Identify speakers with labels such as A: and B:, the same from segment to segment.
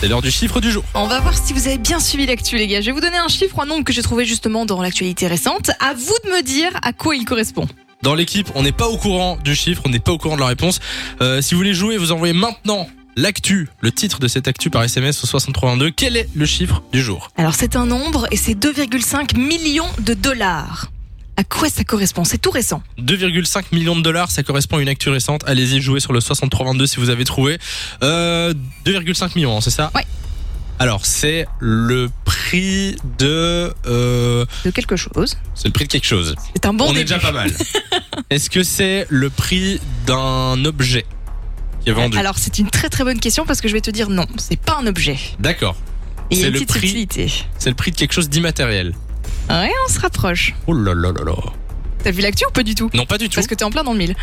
A: C'est l'heure du chiffre du jour.
B: On va voir si vous avez bien suivi l'actu, les gars. Je vais vous donner un chiffre, un nombre que j'ai trouvé justement dans l'actualité récente. À vous de me dire à quoi il correspond.
A: Dans l'équipe, on n'est pas au courant du chiffre, on n'est pas au courant de la réponse. Euh, si vous voulez jouer, vous envoyez maintenant l'actu, le titre de cette actu par SMS au 6322. Quel est le chiffre du jour
B: Alors, c'est un nombre et c'est 2,5 millions de dollars. À quoi ça correspond C'est tout récent.
A: 2,5 millions de dollars, ça correspond à une actu récente. Allez-y, jouez sur le 6322 si vous avez trouvé. Euh, 2,5 millions, hein, c'est ça
B: Ouais.
A: Alors, c'est le prix de... euh,
B: De quelque chose.
A: c'est le prix de quelque chose.
B: C'est un bon
A: on est
B: début.
A: déjà pas mal. Est-ce que c'est le prix d'un objet qui est vendu
B: Alors, c'est une très très bonne question parce que je vais te dire non, c'est pas un objet.
A: D'accord.
B: Et il y
A: C'est
B: a une
A: le
B: petite
A: prix.
B: subtilité.
A: C'est le prix de quelque chose d'immatériel.
B: Ouais, on se rapproche.
A: Oh là là là là.
B: T'as vu l'actu ou pas du tout
A: Non, pas du tout.
B: Parce que t'es en plein dans le mille.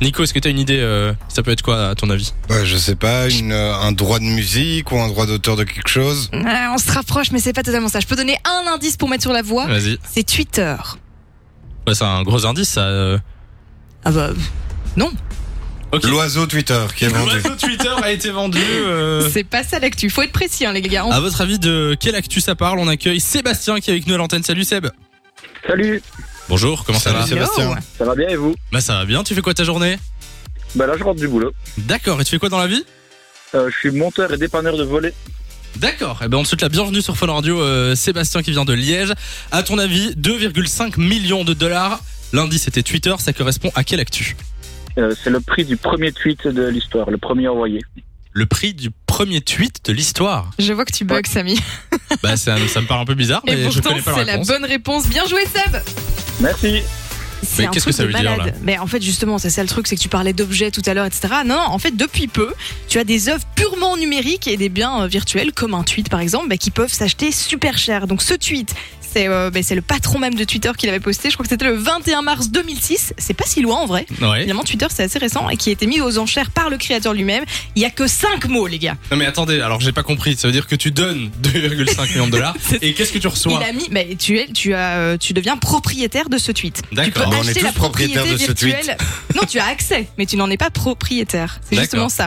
A: Nico, est-ce que t'as une idée euh, Ça peut être quoi, à ton avis
C: Bah, je sais pas, une, euh, un droit de musique ou un droit d'auteur de quelque chose.
B: Ouais, on se rapproche, mais c'est pas totalement ça. Je peux donner un indice pour mettre sur la voie.
A: Vas-y.
B: C'est Twitter.
A: Ouais, c'est un gros indice, ça. euh.
B: Ah bah non,
A: Ok.
C: L'oiseau Twitter qui est vendu.
A: L'oiseau Twitter a été vendu. euh.
B: c'est pas ça l'actu. Faut être précis, hein, les gars. On-
A: À votre avis, de quelle actu ça parle On accueille Sébastien qui est avec nous à l'antenne. Salut Seb.
D: Salut,
A: Bonjour, comment ça
C: Salut,
B: Ah,
A: va
C: Seb. Sébastien.
B: Hello.
D: ça va bien et vous
A: Bah ça va bien, tu fais quoi ta journée
D: Bah là je rentre du boulot.
A: D'accord, et tu fais quoi dans la vie
D: Euh, je suis monteur et dépanneur de volet.
A: D'accord, et ben on te souhaite la bienvenue sur Fun Radio, euh, Sébastien qui vient de Liège. À ton avis, 2,5 millions de dollars. Lundi c'était Twitter, ça correspond à quelle actu
D: Euh, c'est le prix du premier tweet de l'histoire, le premier envoyé.
A: Le prix du premier tweet de l'histoire.
B: Je vois que tu bugs, Samy.
A: Bah ça, ça me paraît un peu bizarre, mais
B: Et
A: je
B: pourtant,
A: connais pas
B: c'est
A: la
B: la
A: réponse.
B: bonne réponse. Bien joué, Seb.
D: Merci.
B: C'est
A: Mais
B: un
A: qu'est-ce
B: truc
A: que ça
B: de
A: veut dire,
B: malade. Mais en fait, justement, c'est ça le truc, c'est que tu parlais d'objets tout à l'heure, etc. Non, en fait, depuis peu, tu as des œuvres purement numériques et des biens euh, virtuels, comme un tweet par exemple, bah, qui peuvent s'acheter super cher. Donc ce tweet, c'est euh, bah, c'est le patron même de Twitter qui l'avait posté. Je crois que c'était le 21 mars 2006. C'est pas si loin en vrai.
A: Ouais.
B: Finalement, Twitter, c'est assez récent et qui a été mis aux enchères par le créateur lui-même. Il y a que 5 mots, les gars.
A: Non mais attendez, alors j'ai pas compris, ça veut dire que tu donnes 2,5 millions de dollars
B: C'est-
A: et qu'est-ce que tu reçois
B: Il a mis, mais tu es, tu as, euh, tu deviens propriétaire de ce tweet. Tu peux
A: D'accord.
C: Mais on est
B: acheter
C: tous
B: la propriété
C: propriétaires de ce tweet.
B: virtuelle. non, tu as accès, mais tu n'en es pas propriétaire. C'est
A: D'accord.
B: justement ça.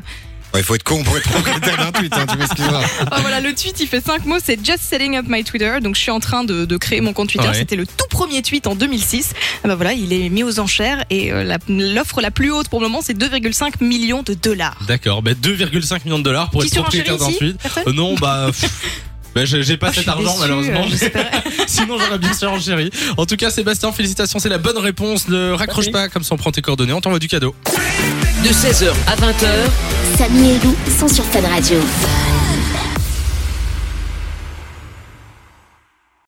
C: Ouais, il faut être con pour être propriétaire d'un tweet, hein, tu m'excuseras.
B: Oh, voilà, le tweet, il fait 5 mots, c'est Just Setting Up My Twitter. Donc, je suis en train de, de créer mon compte Twitter.
A: Ouais.
B: C'était le tout premier tweet en 2006. Ah bah voilà, il est mis aux enchères et euh, la- l'offre la, plus haute pour le moment, c'est 2,5 millions de dollars.
A: D'accord, bah 2,5 millions de dollars pour
B: Qui
A: être propriétaire
B: surenchérit
A: d'un
B: ici
A: tweet.
B: Personne
A: Euh, non, bah... pff, bah, j'ai j'ai pas
B: Oh, je
A: cet
B: suis
A: argent
B: déçue,
A: malheureusement.
B: euh, j'espérais.
A: Sinon, j'aurais bien sûr chéri. En tout cas, Sébastien, félicitations, c'est la bonne réponse. Ne raccroche
D: Merci.
A: pas, comme ça on prend tes coordonnées, on t'envoie du cadeau.
E: De 16h à 20h,
F: Samy et Lou sont sur Fan Radio.